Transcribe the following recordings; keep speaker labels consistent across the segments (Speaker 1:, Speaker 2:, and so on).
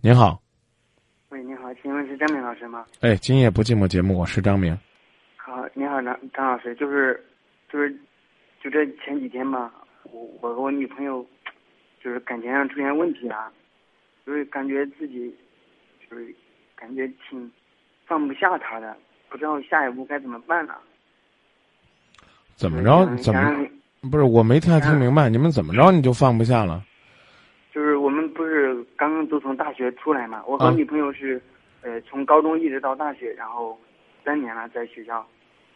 Speaker 1: 您好，
Speaker 2: 喂，你好，请问是张明老师吗？
Speaker 1: 哎，今夜不寂寞节目，我是张明。
Speaker 2: 好，你好，张张老师，就是，就是，就这前几天吧，我我和我女朋友，就是感情上出现问题了，就是感觉自己，就是感觉挺放不下她的，不知道下一步该怎么办了。
Speaker 1: 怎么着？
Speaker 2: 就是
Speaker 1: 怎
Speaker 2: 想
Speaker 1: 么
Speaker 2: 让你
Speaker 1: 不是？我没太听明白，你们怎么着你就放不下了？
Speaker 2: 就是我们不是刚刚都从大学出来嘛，我
Speaker 1: 啊
Speaker 2: 和女朋友是，呃，从高中一直到大学，然后三年了在学校，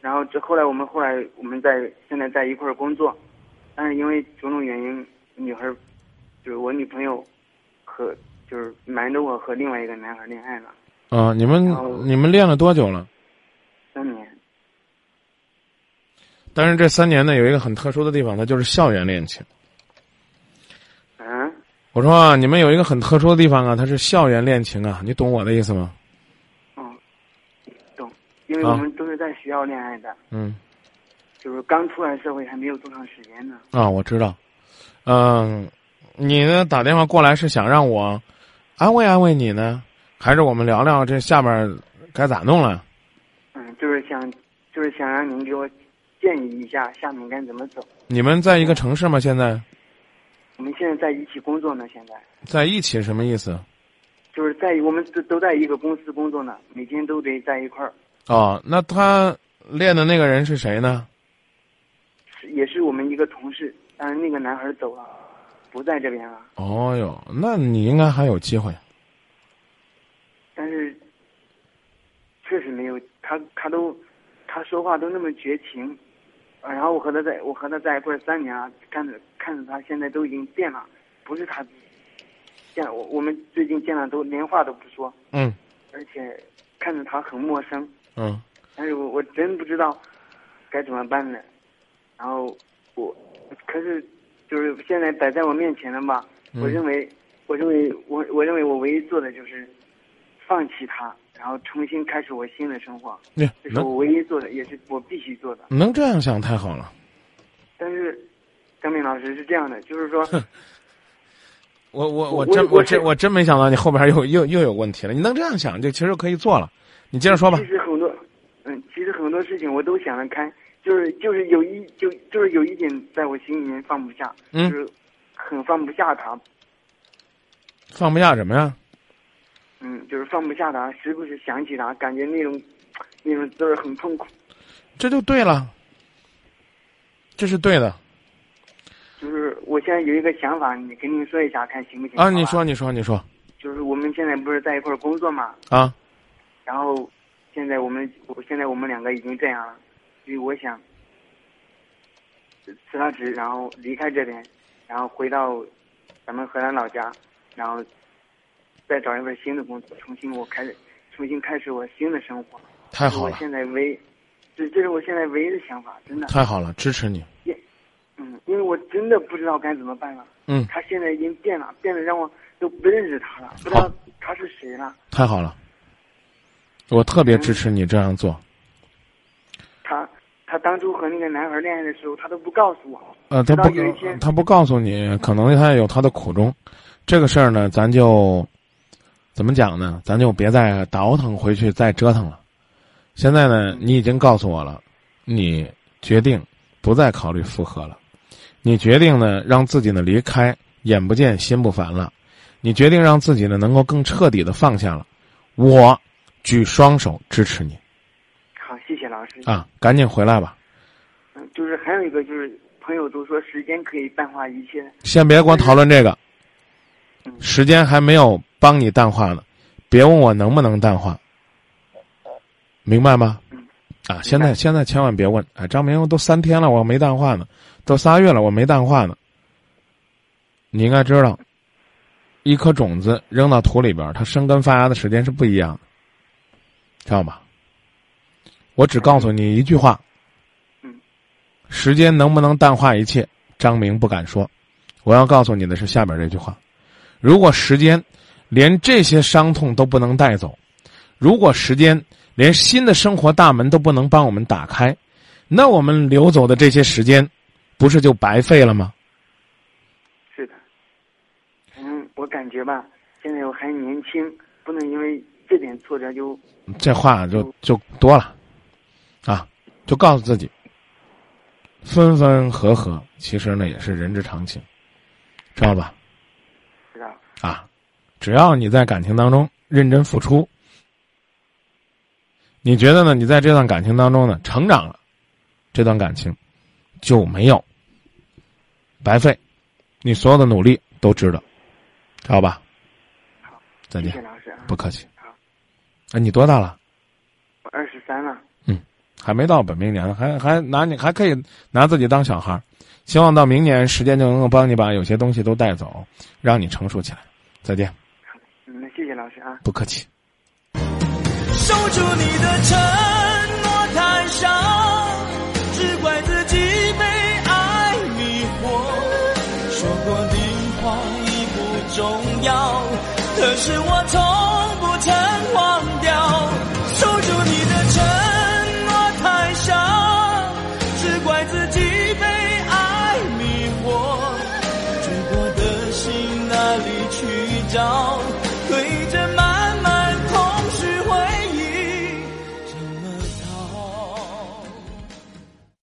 Speaker 2: 然后这后来我们后来我们在现在在一块儿工作，但是因为种种原因，女孩儿就是我女朋友和就是瞒着我和另外一个男孩儿恋爱了
Speaker 1: 啊、你
Speaker 2: 哦
Speaker 1: 们你们练了多久了？
Speaker 2: 三年，
Speaker 1: 但是这三年呢，有一个很特殊的地方，它就是校园恋情。
Speaker 2: 嗯，
Speaker 1: 我说啊，你们有一个很特殊的地方啊，它是校园恋情啊，你懂我的意思吗？
Speaker 2: 嗯，懂，因为我们都是在学校恋爱的，
Speaker 1: 嗯，
Speaker 2: 就是刚出来社会还没有多长时间呢，
Speaker 1: 啊，我知道。嗯、你呢打电话过来是想让我安慰安慰你呢，还是我们聊聊这下面该咋弄了？
Speaker 2: 嗯，就是想就是想让您给我建议一下下面该怎么走。
Speaker 1: 你们在一个城市吗？现在
Speaker 2: 我们现在在一起工作呢，现在
Speaker 1: 在一起什么意思？
Speaker 2: 就是在我们都都在一个公司工作呢，每天都得在一块儿，
Speaker 1: 哦，那他练的那个人是谁呢？
Speaker 2: 是也是我们一个同事，但是那个男孩走了，不在这边了。
Speaker 1: 哦哟，那你应该还有机会。
Speaker 2: 但是确实没有他，他都他说话都那么绝情，啊然后我和他在我和他在一块儿三年啊，看着看着他现在都已经变了，不是他见我我们最近见了都连话都不说，
Speaker 1: 嗯
Speaker 2: 而且看着他很陌生。
Speaker 1: 嗯，
Speaker 2: 但是我我真不知道该怎么办呢。然后我，可是就是现在摆在我面前了嘛，
Speaker 1: 嗯
Speaker 2: 我认为，我认为我我认为我唯一做的就是放弃他，然后重新开始我新的生活，
Speaker 1: 那
Speaker 2: 这是
Speaker 1: 能
Speaker 2: 我唯一做的，也是我必须做的。
Speaker 1: 能这样想太好了。
Speaker 2: 但是，张敏老师是这样的，就是说
Speaker 1: 我我
Speaker 2: 我
Speaker 1: 真
Speaker 2: 我
Speaker 1: 我真
Speaker 2: 是
Speaker 1: 我真没想到你后边又又又有问题了。你能这样想，就其实可以做了。你接着说吧
Speaker 2: 其。实很多，嗯，其实很多事情我都想得开，就是就是有一就就是有一点在我心里面放不下，
Speaker 1: 嗯
Speaker 2: 就是很放不下他，
Speaker 1: 放不下什么呀？
Speaker 2: 嗯，就是放不下他，时不时想起他，感觉那种那种滋味很痛苦。
Speaker 1: 这就对了，这是对的
Speaker 2: 就是我现在有一个想法，你跟您说一下，看行不行？
Speaker 1: 啊！
Speaker 2: 好吧
Speaker 1: 你说，你说，你说
Speaker 2: 就是我们现在不是在一块儿工作嘛，
Speaker 1: 啊！
Speaker 2: 然后现在我们，我现在我们两个已经这样了，所以我想呃辞了职，然后离开这边，然后回到咱们河南老家，然后再找一份新的工作，重新我开始，重新开始我新的生活。
Speaker 1: 太哎好
Speaker 2: 我
Speaker 1: 了，
Speaker 2: 现在唯，这这是我现在唯一的想法，真的。
Speaker 1: 太好了，支持你。
Speaker 2: 嗯，因为我真的不知道该怎么办了。
Speaker 1: 嗯，
Speaker 2: 他现在已经变了，变得让我都不认识他了，不知道他是谁了。
Speaker 1: 太好了，我特别支持你这样做。
Speaker 2: 他他当初和那个男孩恋爱的时候，他都不告诉我。
Speaker 1: 呃，他
Speaker 2: 直
Speaker 1: 不
Speaker 2: 到有一天
Speaker 1: 他不告诉你，可能他也有他的苦衷。这个事儿呢，咱就怎么讲呢？咱就别再倒腾回去，再折腾了。现在呢，你已经告诉我了，你决定不再考虑复合了，你决定呢让自己呢离开，眼不见心不烦了，你决定让自己呢能够更彻底的放下了。我举双手支持你
Speaker 2: 好，谢谢老师。
Speaker 1: 啊！赶紧回来吧，
Speaker 2: 嗯，就是还有一个就是朋友都说时间可以淡化一切。
Speaker 1: 先别跟我讨论这个。
Speaker 2: 嗯，
Speaker 1: 时间还没有帮你淡化呢，别问我能不能淡化，明白吗
Speaker 2: 嗯？
Speaker 1: 啊，现在现在千万别问，哎，张明都三天了，我没淡化呢，都仨月了，我没淡化呢。你应该知道，一颗种子扔到土里边儿，它生根发芽的时间是不一样的，知道吗？我只告诉你一句话，
Speaker 2: 嗯，
Speaker 1: 时间能不能淡化一切，张明不敢说。我要告诉你的是下边这句话：如果时间连这些伤痛都不能带走，如果时间连新的生活大门都不能帮我们打开，那我们流走的这些时间，不是就白费了吗？
Speaker 2: 是的。嗯，我感觉吧，现在我还年轻，不能因为这点挫折就
Speaker 1: 这话就就多了，啊，就告诉自己，分分合合，其实呢也是人之常情，知道吧？
Speaker 2: 知道
Speaker 1: 啊，只要你在感情当中认真付出，你觉得呢？你在这段感情当中呢成长了，这段感情就没有白费，你所有的努力都值得，知道吧？
Speaker 2: 好，
Speaker 1: 再
Speaker 2: 谢
Speaker 1: 见
Speaker 2: 谢，老师啊，
Speaker 1: 不客气。
Speaker 2: 好，
Speaker 1: 哎，你多大了？
Speaker 2: 我二十三了，
Speaker 1: 还没到本命年，还还拿你还可以拿自己当小孩儿希望到明年时间就能够帮你把有些东西都带走，让你成熟起来。再见，
Speaker 2: 嗯，那谢谢老师啊。
Speaker 1: 不客气。
Speaker 3: 守住你的承诺太少，只怪自己被爱迷惑。说过的话已不重要，可是我从